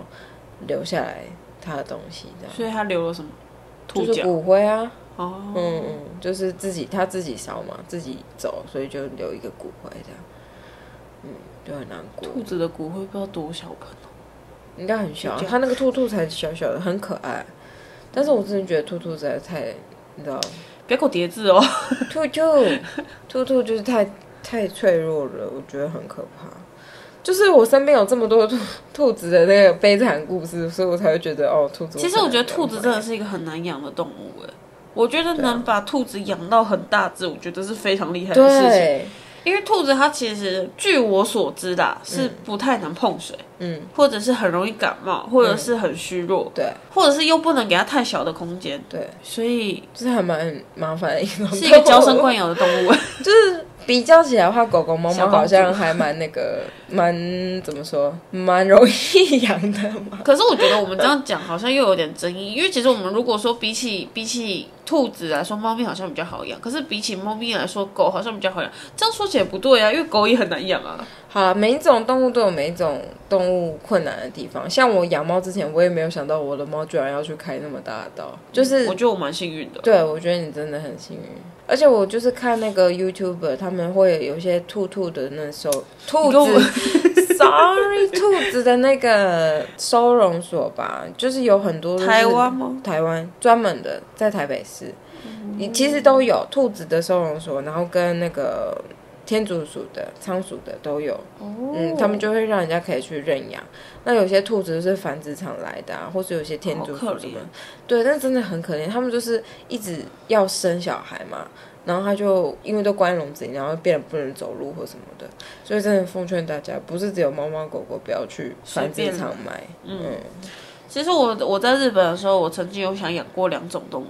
Speaker 1: 留下来他的东西，这样
Speaker 2: 所以他留了什么？兔
Speaker 1: 就是
Speaker 2: 脚
Speaker 1: 骨灰啊，
Speaker 2: 哦，
Speaker 1: 嗯嗯，就是自己他自己烧嘛，自己走，所以就留一个骨灰这样，嗯，就很难过。
Speaker 2: 兔子的骨灰不知道多小盆哦，
Speaker 1: 应该很小啊
Speaker 2: 就这，样
Speaker 1: 它那个兔兔才小小的，很可爱。但是我真的觉得兔兔实在太，你 知道，
Speaker 2: 不要给我叠字哦。
Speaker 1: 兔兔兔兔就是太太脆弱了，我觉得很可怕。就是我身边有这么多兔兔子的那个悲惨故事，所以我才会觉得哦，兔子。
Speaker 2: 其实我觉得兔子真的是一个很难养的动物哎，我觉得能把兔子养到很大只，我觉得是非常厉害的事情。
Speaker 1: 对，
Speaker 2: 因为兔子它其实据我所知啦，是不太能碰水，
Speaker 1: 嗯，
Speaker 2: 或者是很容易感冒，或者是很虚弱，
Speaker 1: 对
Speaker 2: 或者是又不能给它太小的空间，
Speaker 1: 对，
Speaker 2: 所以
Speaker 1: 就是还蛮麻烦的一种动物，
Speaker 2: 是一个娇生惯养的动 物。
Speaker 1: 比较起来的话，狗狗、猫
Speaker 2: 小
Speaker 1: 猫
Speaker 2: 公主
Speaker 1: 好像还蛮那个，蛮怎么说，蛮容易养的嘛。
Speaker 2: 可是我觉得我们这样讲好像又有点争议，因为其实我们如果说比起比起兔子来说，猫咪好像比较好养，可是比起猫咪来说，狗好像比较好养。这样说起来不对啊，因为狗也很难养啊。
Speaker 1: 好啦，每一种动物都有每一种动物困难的地方。像我养猫之前，我也没有想到我的猫居然要去开那么大的刀，就是
Speaker 2: 我觉得我蛮幸运的。
Speaker 1: 对我觉得你真的很幸运。而且我就是看那个 YouTuber，他们会有一些兔兔的那收兔
Speaker 2: 你跟我
Speaker 1: 子 ，sorry 兔子的那个收容所吧，就是有很多都是
Speaker 2: 台湾吗？
Speaker 1: 台湾专门的，在台北市，
Speaker 2: 嗯
Speaker 1: 你其实都有兔子的收容所，然后跟那个天竺鼠的、仓鼠的都有。
Speaker 2: 哦
Speaker 1: 嗯，他们就会让人家可以去认养。那有些兔子是繁殖场来的、啊，或是有些天竺鼠
Speaker 2: 好可
Speaker 1: 什么
Speaker 2: 怜，
Speaker 1: 对，但真的很可怜。他们就是一直要生小孩嘛，然后他就因为都关笼子里，然后变得不能走路或什么的，所以真的奉劝大家，不是只有猫猫狗狗不要去
Speaker 2: 随
Speaker 1: 繁殖
Speaker 2: 便
Speaker 1: 场买，嗯，
Speaker 2: 其实我我在日本的时候，我曾经有想养过两种动物，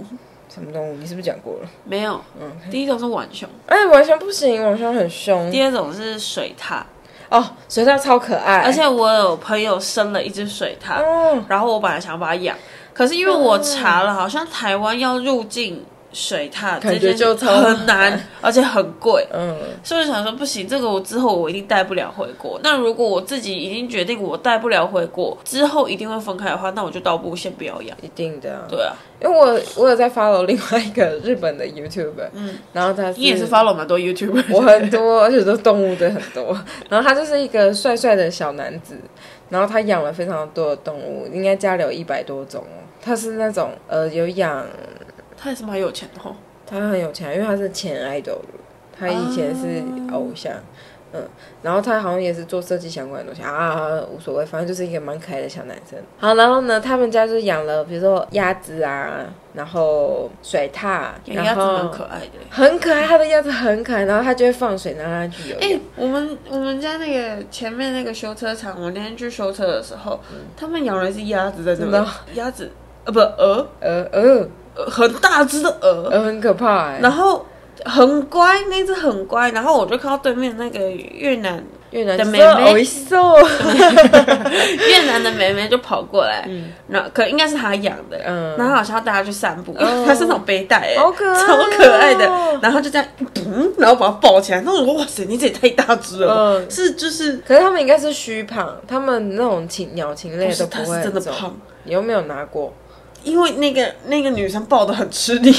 Speaker 1: 什么动物？你是不是讲过了？
Speaker 2: 没有。
Speaker 1: 嗯
Speaker 2: 第一种是浣熊，
Speaker 1: 哎，完全不行，完全很凶
Speaker 2: 第二种是水獭，
Speaker 1: 哦，水獭超可爱，
Speaker 2: 而且我有朋友生了一只水獭，
Speaker 1: 哦，
Speaker 2: 然后我本来想把它养，可是因为
Speaker 1: 嗯
Speaker 2: 我查了，好像台湾要入境水獭这
Speaker 1: 感觉
Speaker 2: 件
Speaker 1: 就
Speaker 2: 事
Speaker 1: 超
Speaker 2: 很难，而且很贵，
Speaker 1: 嗯，
Speaker 2: 所以我想说不行，这个我之后我一定带不了回国。那如果我自己已经决定我带不了回国，之后一定会分开的话，那我就倒不如先不要养。
Speaker 1: 一定的啊，
Speaker 2: 对啊，
Speaker 1: 因为我我有在 follow 另外一个日本的 YouTuber，嗯，然后他
Speaker 2: 你也是 follow 蛮多 YouTuber，
Speaker 1: 我很多，而且都动物的很多。然后他就是一个帅帅的小男子，然后他养了非常多的动物，应该家里有一百多种哦。他是那种呃有养，
Speaker 2: 他也是蛮有钱的哦。
Speaker 1: 他很有钱，因为他是前 idol，他以前是偶像。嗯，然后他好像也是做设计相关的东西啊，无所谓，反正就是一个蛮可爱的小男生。好，然后呢，他们家就是养了，比如说鸭子啊，然后水獭，
Speaker 2: 养鸭子
Speaker 1: 然后
Speaker 2: 蛮可爱的。
Speaker 1: 很可爱，它的鸭子很可爱，然后它就会放水，然后它去游泳。
Speaker 2: 哎、我们我们家那个前面那个修车厂，我那天去修车的时候，他们养了一只鸭子在
Speaker 1: 嗯真
Speaker 2: 那
Speaker 1: 的哦
Speaker 2: 里，鸭子呃不鹅
Speaker 1: 呃呃
Speaker 2: 呃很大只的鹅，
Speaker 1: 呃，很可怕哎、
Speaker 2: 然后很乖，那只很乖。然后我就看到对面那个越南
Speaker 1: 越南
Speaker 2: 的
Speaker 1: 就
Speaker 2: 妹
Speaker 1: 说
Speaker 2: 妹
Speaker 1: 哦，一瘦，
Speaker 2: 越南的妹妹就跑过来，
Speaker 1: 嗯
Speaker 2: 然后可应该是她养的，
Speaker 1: 嗯
Speaker 2: 然后好像要带她去散步，
Speaker 1: 哦
Speaker 2: 她是那种背带、欸，
Speaker 1: 好可爱哦
Speaker 2: 超可爱的，然后就这样，嗯，然后把她抱起来，那我说哇塞，你这也太大只了吧，
Speaker 1: 嗯
Speaker 2: 是就是。
Speaker 1: 可是他们应该是虚胖，他们那种禽鸟禽类
Speaker 2: 是，
Speaker 1: 都
Speaker 2: 她
Speaker 1: 不
Speaker 2: 是
Speaker 1: 会
Speaker 2: 真的
Speaker 1: 重
Speaker 2: 胖，
Speaker 1: 你又没有拿过，
Speaker 2: 因为那个那个女生抱的很吃 力，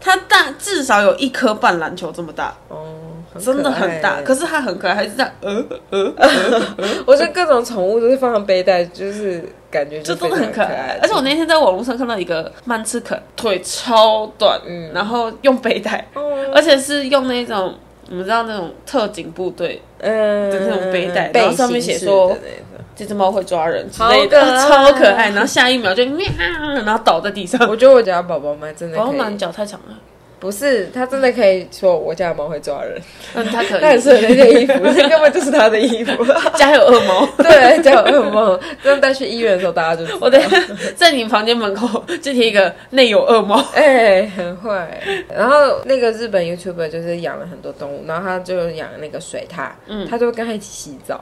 Speaker 2: 她大至少有一颗半篮球这么大，
Speaker 1: 哦，
Speaker 2: 真的很大。可
Speaker 1: 是
Speaker 2: 是她很可爱，还是这样，呃呃，
Speaker 1: 我觉得各种宠物都是放上背带，就是感觉
Speaker 2: 就
Speaker 1: 就
Speaker 2: 真的
Speaker 1: 非
Speaker 2: 很
Speaker 1: 常
Speaker 2: 可
Speaker 1: 可
Speaker 2: 爱。而且我那天在网络上看到一个曼赤肯，腿超短，
Speaker 1: 嗯
Speaker 2: 然后用背带，
Speaker 1: 哦
Speaker 2: 而且是用那种你们知道那种特警部队，
Speaker 1: 嗯
Speaker 2: 的那种背带
Speaker 1: 背
Speaker 2: 然后上面写说
Speaker 1: 形式的那种
Speaker 2: 这只猫会抓人之类
Speaker 1: 好可
Speaker 2: 的，
Speaker 1: 爱
Speaker 2: 超可爱。然后下一秒就喵，然后倒在地 上。
Speaker 1: 我觉得我家宝宝们真的
Speaker 2: 然后
Speaker 1: 可
Speaker 2: 男
Speaker 1: 以，
Speaker 2: 脚太长了，
Speaker 1: 不是他真的可以说我家的猫会抓 人，
Speaker 2: 嗯，它可
Speaker 1: 他很
Speaker 2: 以。
Speaker 1: 适合那件衣服， 那根本就是他的衣服。
Speaker 2: 家有恶魔，
Speaker 1: 对，叫噩梦。真的带去医院的时候，大家就知道
Speaker 2: 我等 一下在你房间门口就贴一个内有恶魔，
Speaker 1: 哎、很会。然后那个日本 YouTuber 就是养了很多动物，然后他就养那个水獭，
Speaker 2: 嗯
Speaker 1: 他就会跟他一起洗澡，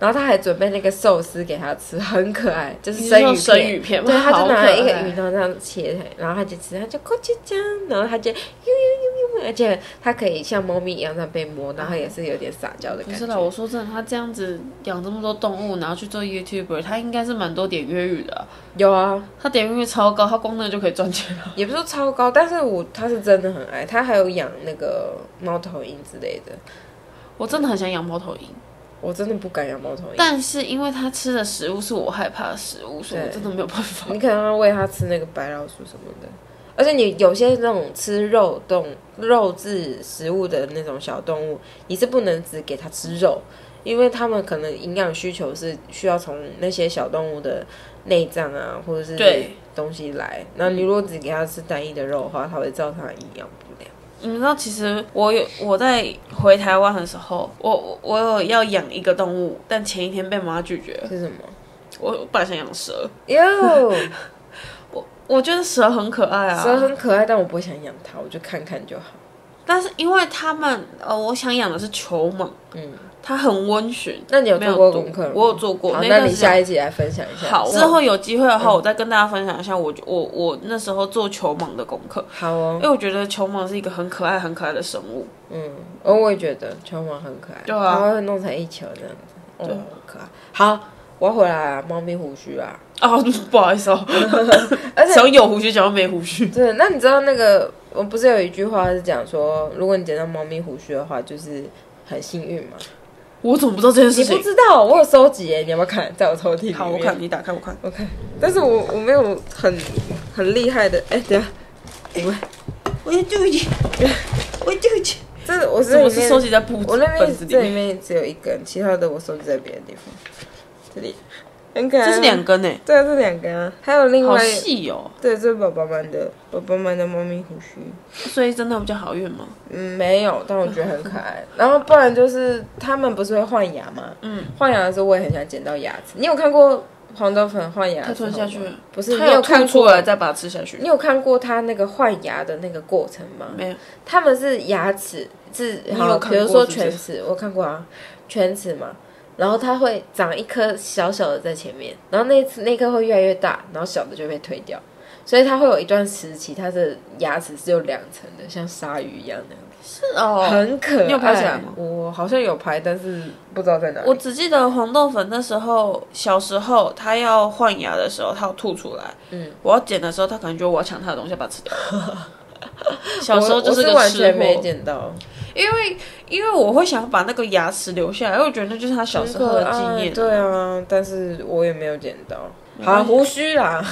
Speaker 1: 然后他还准备那个寿司给他吃，很可爱，就是
Speaker 2: 你
Speaker 1: 生
Speaker 2: 是
Speaker 1: 鱼
Speaker 2: 说
Speaker 1: 片。
Speaker 2: 生鱼片吗？
Speaker 1: 对，他就拿
Speaker 2: 好可
Speaker 1: 了一个
Speaker 2: 爱
Speaker 1: 鱼，然后这样切，然后他就吃，他就咕叽酱，然后他就呦呦呦呦，而且他可以像猫咪一样这样被摸，然后也是有点撒娇的
Speaker 2: 不
Speaker 1: 感
Speaker 2: 是
Speaker 1: 觉。
Speaker 2: 啦，我说真的，他这样子养这么多动物，然后去做 YouTuber，他应该是蛮多点阅率的啊、
Speaker 1: 有啊，
Speaker 2: 他点阅率超高，他光那个就可以赚钱了。
Speaker 1: 也不是说超高，但是我他是真的很爱，他还有养那个猫头鹰之类的。
Speaker 2: 我真的很想养猫头鹰，
Speaker 1: 我真的不敢养猫头鹰。
Speaker 2: 但是因为它吃的食物是我害怕的食物，所以我真的没有办法。
Speaker 1: 你可能要喂它吃那个白老鼠什么的，而且你有些那种吃肉动肉质食物的那种小动物，你是不能只给它吃肉，因为它们可能营养需求是需要从那些小动物的内脏啊或者是
Speaker 2: 对
Speaker 1: 东西来。那你如果只给它吃单一的肉的话，它会造成它营养不良。
Speaker 2: 你们知道，其实我有我在回台湾的时候，我我我有要养一个动物，但前一天被妈拒绝了。
Speaker 1: 是什 么？
Speaker 2: 我我本来想养蛇，
Speaker 1: 哟，
Speaker 2: 我觉得蛇很可爱啊，
Speaker 1: 蛇很可爱，但我不会想养它，我就看看就好。
Speaker 2: 但是因为它们呃，我想养的是球蟒，
Speaker 1: 嗯，
Speaker 2: 它很温驯，
Speaker 1: 那你有
Speaker 2: 没
Speaker 1: 做过
Speaker 2: 毒
Speaker 1: 功课吗？
Speaker 2: 我有做过。
Speaker 1: 好，
Speaker 2: 那
Speaker 1: 那
Speaker 2: 段
Speaker 1: 你
Speaker 2: 时间
Speaker 1: 下一集来分享一下。哦
Speaker 2: 好
Speaker 1: 我
Speaker 2: 之后有机会的
Speaker 1: 嗯
Speaker 2: 话，我再跟大家分享一下我我我那时候做球蟒的功课，
Speaker 1: 好哦
Speaker 2: 因，为我觉得球蟒是一个很可爱很可爱的生物。
Speaker 1: 嗯，哦，我也觉得球蟒很可爱，
Speaker 2: 对啊
Speaker 1: 它会弄成一球这样子，哦，
Speaker 2: 对
Speaker 1: 很可爱。好，我要回来了，猫咪胡须啊，
Speaker 2: 哦， 不好意思哦，
Speaker 1: 而且
Speaker 2: 想有胡须，想要没胡须，
Speaker 1: 对，那你知道那个，我不是有一句话是讲说，如果你捡到猫咪胡须的话，就是很幸运嘛？
Speaker 2: 我怎么不知道这件
Speaker 1: 你
Speaker 2: 事
Speaker 1: 不
Speaker 2: 情？
Speaker 1: 知道，我有收集耶，你要不要看？在我抽屉里面。
Speaker 2: 好，我看你打开，我看。
Speaker 1: 但是我我没有很很厉害的，哎、等一下，
Speaker 2: 我的对不 起，我的对不起，
Speaker 1: 这是我是
Speaker 2: 怎么
Speaker 1: 里面
Speaker 2: 是收集在布
Speaker 1: 我那
Speaker 2: 本
Speaker 1: 边
Speaker 2: 子里
Speaker 1: 这里
Speaker 2: 面？
Speaker 1: 面只有一根，其他的我收集在别的地方。这里很可爱，
Speaker 2: 这是两，根诶，
Speaker 1: 对啊，这两根啊，还有另
Speaker 2: 好
Speaker 1: 外
Speaker 2: 细哦，
Speaker 1: 对，这是宝宝们的宝宝们的猫咪胡须，
Speaker 2: 所以真的比较好运吗？
Speaker 1: 嗯，没有，但我觉得很可爱。然后不然就是他们不是会换牙吗？
Speaker 2: 嗯，
Speaker 1: 换牙的时候我也很想捡到牙齿。你有看过黄豆粉换牙？
Speaker 2: 它吞下去，
Speaker 1: 不是
Speaker 2: 它
Speaker 1: 你有
Speaker 2: 吐
Speaker 1: 看
Speaker 2: 出
Speaker 1: 过
Speaker 2: 来再把它吃下去
Speaker 1: 你。有看过它那个换牙的那个过程吗？
Speaker 2: 没有，
Speaker 1: 他们是牙齿是
Speaker 2: 你
Speaker 1: 好，
Speaker 2: 有看
Speaker 1: 比如
Speaker 2: 过
Speaker 1: 说
Speaker 2: 是不是
Speaker 1: 犬齿，我看过啊，犬齿嘛，然后它会长一颗小小的在前面，然后那次那颗会越来越大，然后小的就被推掉，所以它会有一段时期，它的牙齿是有两层的，像鲨鱼一样的，
Speaker 2: 是哦，
Speaker 1: 很可爱。
Speaker 2: 你有拍起来吗
Speaker 1: 我好像有拍，但是不知道在哪里。
Speaker 2: 我只记得黄豆粉那时候小时候，他要换牙的时候，他要吐出来。
Speaker 1: 嗯，
Speaker 2: 我要剪的时候，他可能觉得我要抢他的东西，把它 吃掉。小时候就
Speaker 1: 我是
Speaker 2: 个
Speaker 1: 完
Speaker 2: 吃
Speaker 1: 全
Speaker 2: 货，
Speaker 1: 没捡到，
Speaker 2: 因为因为我会想把那个牙齿留下来，因为我觉得那就是他小时候
Speaker 1: 很
Speaker 2: 的
Speaker 1: 可
Speaker 2: 经
Speaker 1: 爱
Speaker 2: 验。
Speaker 1: 对啊，但是我也没有捡到。
Speaker 2: 没关系
Speaker 1: 好，胡须啦。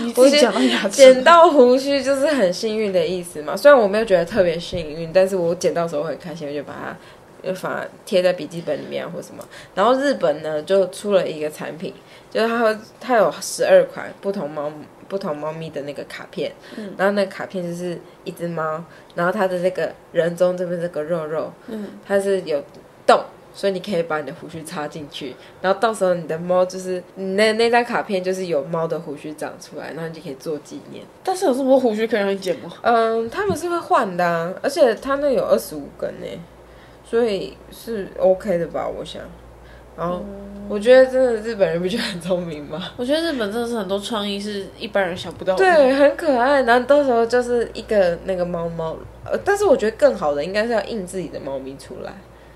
Speaker 2: 你自己讲到牙
Speaker 1: 剪
Speaker 2: 齿，
Speaker 1: 到胡须就是很幸运的意思嘛。虽然我没有觉得特别幸运，但是我剪到的时候会很开心，我就把它就把它贴在笔记本里面啊或什么。然后日本呢就出了一个产品，就是它会它有十二款不同猫不同猫咪的那个卡片，
Speaker 2: 嗯
Speaker 1: 然后那个卡片就是一只猫，然后它的那个人中这边这个肉肉，
Speaker 2: 嗯，
Speaker 1: 它是有洞，所以你可以把你的胡须插进去，然后到时候你的猫就是你那那张卡片就是有猫的胡须长出来，然后你就可以做纪念。
Speaker 2: 但是有这么多胡须可以让你剪吗？
Speaker 1: 嗯，他们是会换的、啊，而且他那有二十五根呢，所以是 OK 的吧？我想。然后、
Speaker 2: 嗯
Speaker 1: 我觉得真的日本人不觉得很聪明吗？
Speaker 2: 我觉得日本真的是很多创意是一般人想不到的。
Speaker 1: 对，很可爱。然后到时候就是一个那个猫猫，呃，但是我觉得更好的应该是要印自己的猫咪出来，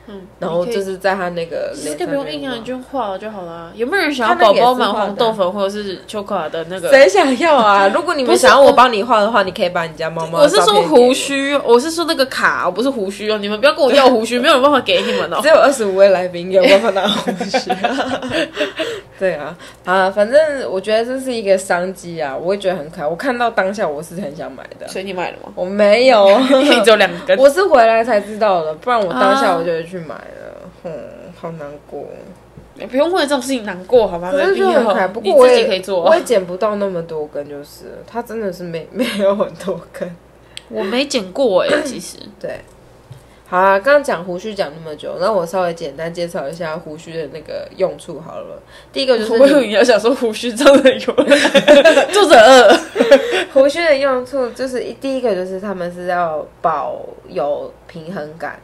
Speaker 2: 嗯，
Speaker 1: 然后
Speaker 2: 你可以
Speaker 1: 就是呃在它那个
Speaker 2: 其
Speaker 1: 脸上
Speaker 2: 实可以不用
Speaker 1: 面
Speaker 2: 印
Speaker 1: 画
Speaker 2: 啊，你就画了就好啦。有没有人想要
Speaker 1: 他那
Speaker 2: 宝
Speaker 1: 个也
Speaker 2: 宝
Speaker 1: 是
Speaker 2: 满
Speaker 1: 画的
Speaker 2: 黄豆粉或者是秋卡的那个？
Speaker 1: 谁想要 啊？如果你们
Speaker 2: 不是
Speaker 1: 想要我
Speaker 2: 我
Speaker 1: 帮你画的话，你可以把你家猫猫。
Speaker 2: 我是说胡，须，我是说那个卡，我不是胡须哦。你们不要跟我要胡须，没有人办法给你们哦
Speaker 1: 只。有二十五位来宾有办法拿胡须。 对啊，啊，反正我觉得这是一个商机啊，我也觉得很可爱。我看到当下我是很想买的，
Speaker 2: 所以你买了吗？
Speaker 1: 我没有，
Speaker 2: 你只有两根。
Speaker 1: 我是回来才知道的，不然我当下
Speaker 2: 啊
Speaker 1: 我就会去买了。嗯，好难过。
Speaker 2: 你哎不用为这种事情难过，好吗？
Speaker 1: 可是
Speaker 2: 啊没必
Speaker 1: 就很可爱，
Speaker 2: 要，
Speaker 1: 不
Speaker 2: 你
Speaker 1: 过我
Speaker 2: 自
Speaker 1: 也
Speaker 2: 己可以做
Speaker 1: 我
Speaker 2: 啊。
Speaker 1: 也剪不到那么多根，就是了它真的是没没有很多根。
Speaker 2: 我没剪 过哎，其实
Speaker 1: 对，好啊，刚刚讲胡须讲那么久，那我稍微简单介绍一下胡须的那个用处好了。第一个就是
Speaker 2: 我以为
Speaker 1: 你
Speaker 2: 你要想说胡须真的有， 作者二。
Speaker 1: 胡须的用处就是一第一个就是他们是要保有平衡感，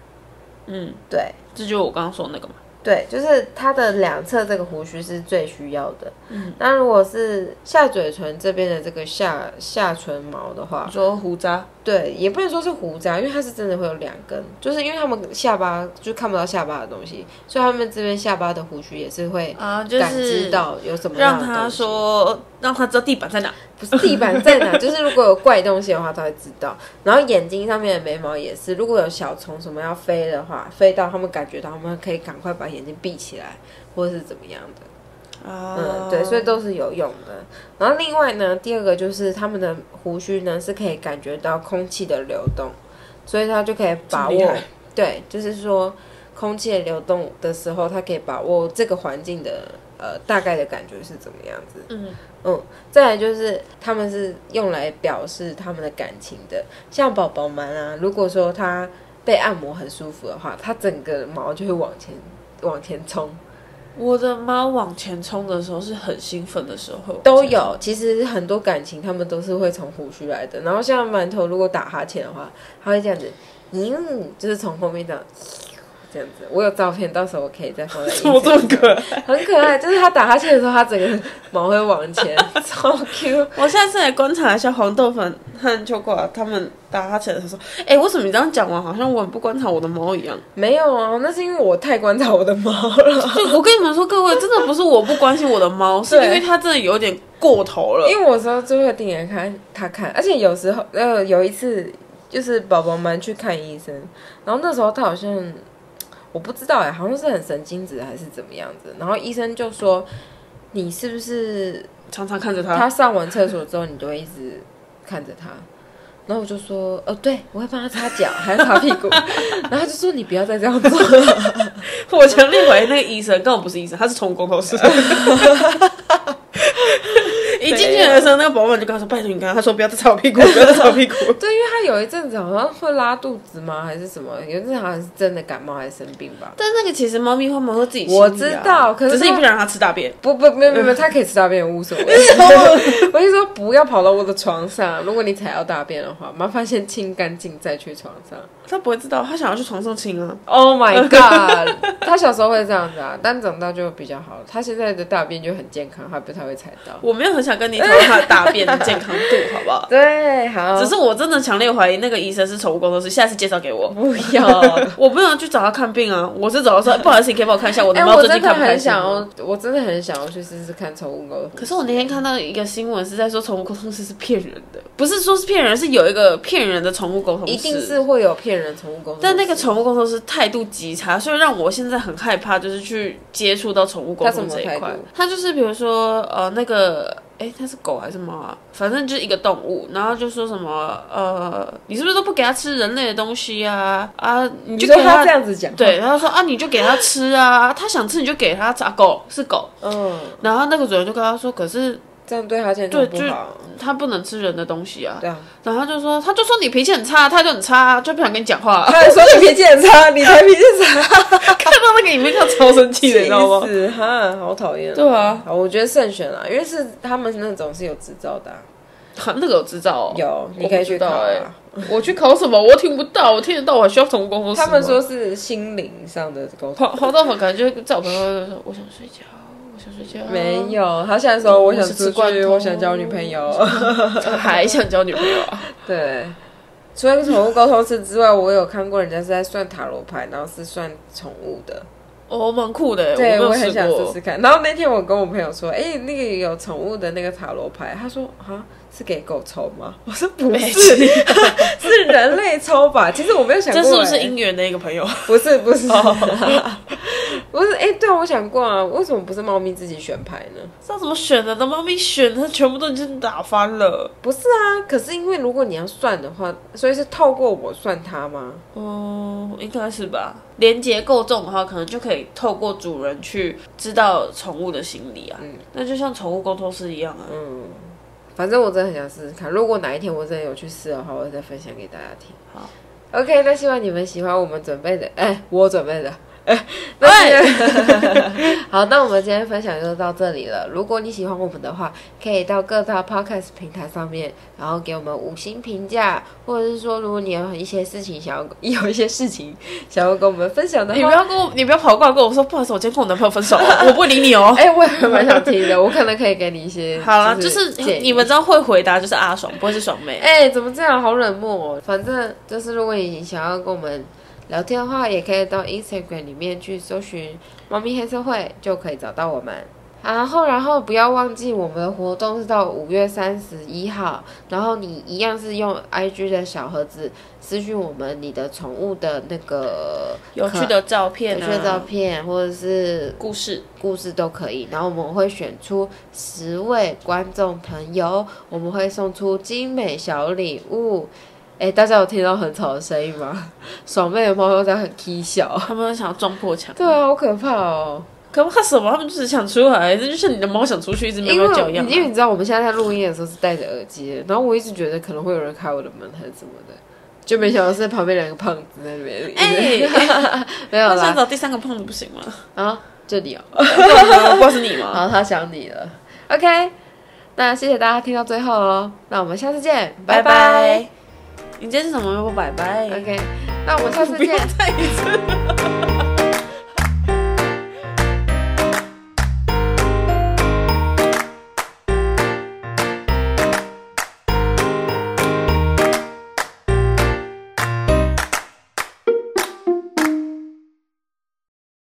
Speaker 2: 嗯，
Speaker 1: 对
Speaker 2: 这就是我刚刚说的那个嘛。
Speaker 1: 对，就是它的两侧这个胡须是最需要的。嗯，那如果是下嘴唇这边的这个下下唇毛的话
Speaker 2: 你，说胡渣，
Speaker 1: 对，也不能说是胡渣，因为它是真的会有两根，就是因为他们下巴就看不到下巴的东西，所以他们这边下巴的胡须也是会
Speaker 2: 啊，就
Speaker 1: 感
Speaker 2: 是
Speaker 1: 知到有什么样
Speaker 2: 让
Speaker 1: 的
Speaker 2: 他
Speaker 1: 东西，
Speaker 2: 说，让他知道地板在哪。
Speaker 1: 不是地板在哪， 就是如果有怪东西的话，他会知道。然后眼睛上面的眉毛也是，如果有小虫什么要飞的话，飞到他们感觉到，他们可以赶快把眼睛闭起来，或者是怎么样的。
Speaker 2: 啊
Speaker 1: 嗯，对，所以都是有用的。然后另外呢，第二个就是他们的胡须呢是可以感觉到空气的流动，所以它就可以把
Speaker 2: 这么厉
Speaker 1: 握
Speaker 2: 害。
Speaker 1: 对，就是说空气的流动的时候，它可以把握这个环境的呃大概的感觉是怎么样子。
Speaker 2: 嗯
Speaker 1: 嗯，再来就是他们是用来表示他们的感情的，像宝宝们啊，如果说他被按摩很舒服的话，它整个毛就会往前往前冲。
Speaker 2: 我的猫往前冲的时候是很兴奋的时候，
Speaker 1: 都有，其实很多感情他们都是会从胡须来的。然后像馒头，如果打哈欠的话，他会这样子，嗯，就是从后面这样，这样子。我有照片，到时候我可以再放在。
Speaker 2: 怎么这么可爱？
Speaker 1: 爱？很可爱，就是他打哈欠的时候，他整个毛会往前，超 Q。
Speaker 2: 我下次来观察一下黄豆粉和秋瓜他们打哈欠的时候，哎、为什么你这样讲完，好像我很不观察我的猫一样？
Speaker 1: 没有啊，那是因为我太观察我的毛了，
Speaker 2: 就我跟你们说，各位，真的不是我不关心我的猫，是因
Speaker 1: 对
Speaker 2: 为它真的有点过头了。
Speaker 1: 因为我有时候就会盯着看他看，而且有时候呃有一次就是宝宝们去看医生，然后那时候他好像我不知道哎、好像是很神经质还是怎么样子，然后医生就说你是不是
Speaker 2: 常常看着它，
Speaker 1: 他上完厕所之后你就会一直看着他。然后我就说，哦，对，我会帮他擦脚，还要擦屁股。 然后他就说，你不要再这样做了。
Speaker 2: 我强烈怀疑那个医生根本不是医生，他是宠物工头 师。一进去的时候，那个保姆就跟他说：“拜托你刚刚，他说不要再擦我屁股，不要再擦我屁股。
Speaker 1: 对，因为他有一阵子好像会拉肚子吗，还是什么？有一阵子好像是真的感冒还是生病吧”。
Speaker 2: 但那个其实猫咪会们会自己、啊
Speaker 1: 我知道可是
Speaker 2: 只是
Speaker 1: 它
Speaker 2: 你不想让它吃大 便。
Speaker 1: 不不，没有没有，没有他可以吃大便无所谓。 我就说不要跑到我的床上，如果你踩到大便的话，麻烦先清干净再去床上。
Speaker 2: 他不会知道，他想要去床上亲啊。
Speaker 1: Oh my god！他 小时候会这样子啊，但长大就比较好了。他现在的大便就很健康，他不太会踩到。
Speaker 2: 我没有很想跟你讨论他的大便的健康度，好不好？
Speaker 1: 对，好，
Speaker 2: 只是我真的强烈怀疑那个医生是宠物工作室，下次介绍给 我。
Speaker 1: 不要。
Speaker 2: 我不能去找他看病啊，我是找他 说，不好意思，你可以帮我看一下我
Speaker 1: 哎、
Speaker 2: 的猫
Speaker 1: 我
Speaker 2: 最
Speaker 1: 真
Speaker 2: 近
Speaker 1: 的
Speaker 2: 看不开
Speaker 1: 很
Speaker 2: 心
Speaker 1: 想
Speaker 2: 吗。
Speaker 1: 要，我真的很想要去试试看宠物狗的护士。
Speaker 2: 可是我那天看到一个新闻是在说宠物沟通师是骗人的，不是说是骗人，是有一个骗人的宠物沟通师，
Speaker 1: 一定是会有骗人宠物狗的护士，
Speaker 2: 但那个宠物工作师态度极差，所以让我现在很害怕，就是去接触到宠物沟通这
Speaker 1: 他
Speaker 2: 一
Speaker 1: 什么态
Speaker 2: 块
Speaker 1: 度。
Speaker 2: 他就是比如说，呃，那个，哎，它是狗还是猫啊？反正就是一个动物，然后就说什么，呃，你是不是都不给它吃人类的东西啊？啊，你
Speaker 1: 你
Speaker 2: 就
Speaker 1: 说
Speaker 2: 给
Speaker 1: 他
Speaker 2: 它
Speaker 1: 这。样子讲，，
Speaker 2: 对，然后说啊，你就给它吃啊，它想吃你就给它吃、啊。狗是狗，
Speaker 1: 嗯，
Speaker 2: 然后那个主人就跟他说，可是
Speaker 1: 这样对他健康
Speaker 2: 对
Speaker 1: 不
Speaker 2: 就
Speaker 1: 好。
Speaker 2: 他不能吃人的东西啊。
Speaker 1: 对 啊，
Speaker 2: 然后他就说，他就说你脾气很差，他就很差啊，就不想跟你讲话啊、
Speaker 1: 他还说你脾气很差，你才脾气差，
Speaker 2: 看到那个影片，他超生气 的，你知道吗
Speaker 1: 气？死哈，好讨厌。哦
Speaker 2: 对啊，
Speaker 1: 好，我觉得慎选啦，因为是他们那种是有执照的啊、
Speaker 2: 哈那个有执照、哦，
Speaker 1: 有你可以去考、
Speaker 2: 我不知道
Speaker 1: 啊
Speaker 2: 欸。我去考什么？我听不到，我听得到，我还需要从工作室吗
Speaker 1: 他们说是心灵上的沟通，
Speaker 2: 黄黄道粉可能就会在我旁边就说：“我想睡觉，我想睡觉。”
Speaker 1: 没有。他现在说我想
Speaker 2: 我是
Speaker 1: 出
Speaker 2: 吃罐
Speaker 1: 去，
Speaker 2: 头
Speaker 1: 我想交女朋 友。
Speaker 2: 还想交女朋友 啊？
Speaker 1: 对，除了宠物沟通师之外，我有看过人家是在算塔罗牌，然后是算宠物的。
Speaker 2: 哦，蛮酷的，
Speaker 1: 对，
Speaker 2: 我
Speaker 1: 我
Speaker 2: 没有
Speaker 1: 很
Speaker 2: 试
Speaker 1: 想试
Speaker 2: 过。
Speaker 1: 试看。然后那天我跟我朋友说，哎、那个有宠物的那个塔罗牌，他说啊，是给狗抽吗？我说不是， 是人类抽吧。其实我没有想过、
Speaker 2: 这是不哦是
Speaker 1: 诶
Speaker 2: 姻缘的一个朋友？
Speaker 1: 不是不是， 不是哎、诶对啊，我想过啊，为什么不是猫咪自己选牌呢？
Speaker 2: 知道怎么选的？等猫咪选，它全部都已经打翻了。
Speaker 1: 不是啊，可是因为如果你要算的话，所以是透过我算它吗？
Speaker 2: 哦，应该是吧。连接够重的话，可能就可以透过主人去知道宠物的心理啊。那就像宠物沟通师一样啊。
Speaker 1: 反正我真的很想试试看，如果哪一天我真的有去试的话，我会再分享给大家听。
Speaker 2: 好
Speaker 1: ，OK，那希望你们喜欢我们准备的， 哎、我准备的。 哎，那 好，那我们今天分享就到这里了。如果你喜欢我们的话，可以到各大 podcast 平台上面，然后给我们五星评价，或者是说，如果你有一些事情想要有一些事情想要跟我们分享的
Speaker 2: 你不
Speaker 1: 话，
Speaker 2: 要跟我，你不要跑过来跟我说，不好意思，我今天跟我男朋友分手 了，我不会理你哦。
Speaker 1: 哎、我也蛮想听的，我可能可以给你一些
Speaker 2: 好啦，就
Speaker 1: 就是建议
Speaker 2: 你们知道会回答就是阿爽，不会是爽妹。
Speaker 1: 哎、怎么这样？好冷漠、哦。反正就是，如果你想要跟我们聊天的话，也可以到 Instagram 里面去搜寻“猫咪黑社会”，就可以找到我们。然后，然后不要忘记我们的活动是到五月三十一号。然后你一样是用 IG 的小盒子私讯我们你的宠物的那个
Speaker 2: 有趣的照
Speaker 1: 有
Speaker 2: 片
Speaker 1: 趣
Speaker 2: 啊，
Speaker 1: 的照片，或者是
Speaker 2: 故事，
Speaker 1: 故事都可以。然后我们会选出十位观众朋友，我们会送出精美小礼物。哎，大家有听到很吵的声音吗？ 爽妹的猫又在很 k 笑。
Speaker 2: 他们想要撞破墙，
Speaker 1: 对啊，好可怕哦！
Speaker 2: 可怕什么？他们就只想出来，这就像你的猫想出去一直喵
Speaker 1: 因为
Speaker 2: 喵叫一样啊、
Speaker 1: 因为你知道我们现在在录音的时候是戴着耳机的，然后我一直觉得可能会有人开我的门还是什么的，就没想到是旁边两个胖子在那边。
Speaker 2: 哎、
Speaker 1: 没有
Speaker 2: 那想
Speaker 1: 啦，
Speaker 2: 找第三个胖子不行吗？
Speaker 1: 啊，就你哦，
Speaker 2: 不道是你吗？
Speaker 1: 好，他想你了。OK，那谢谢大家听到最后哦，那我们下次见，
Speaker 2: 拜
Speaker 1: 拜
Speaker 2: 拜。你今天是什么？不拜拜。
Speaker 1: OK，那我们下次
Speaker 2: 不
Speaker 1: 见
Speaker 2: 要。再一次了。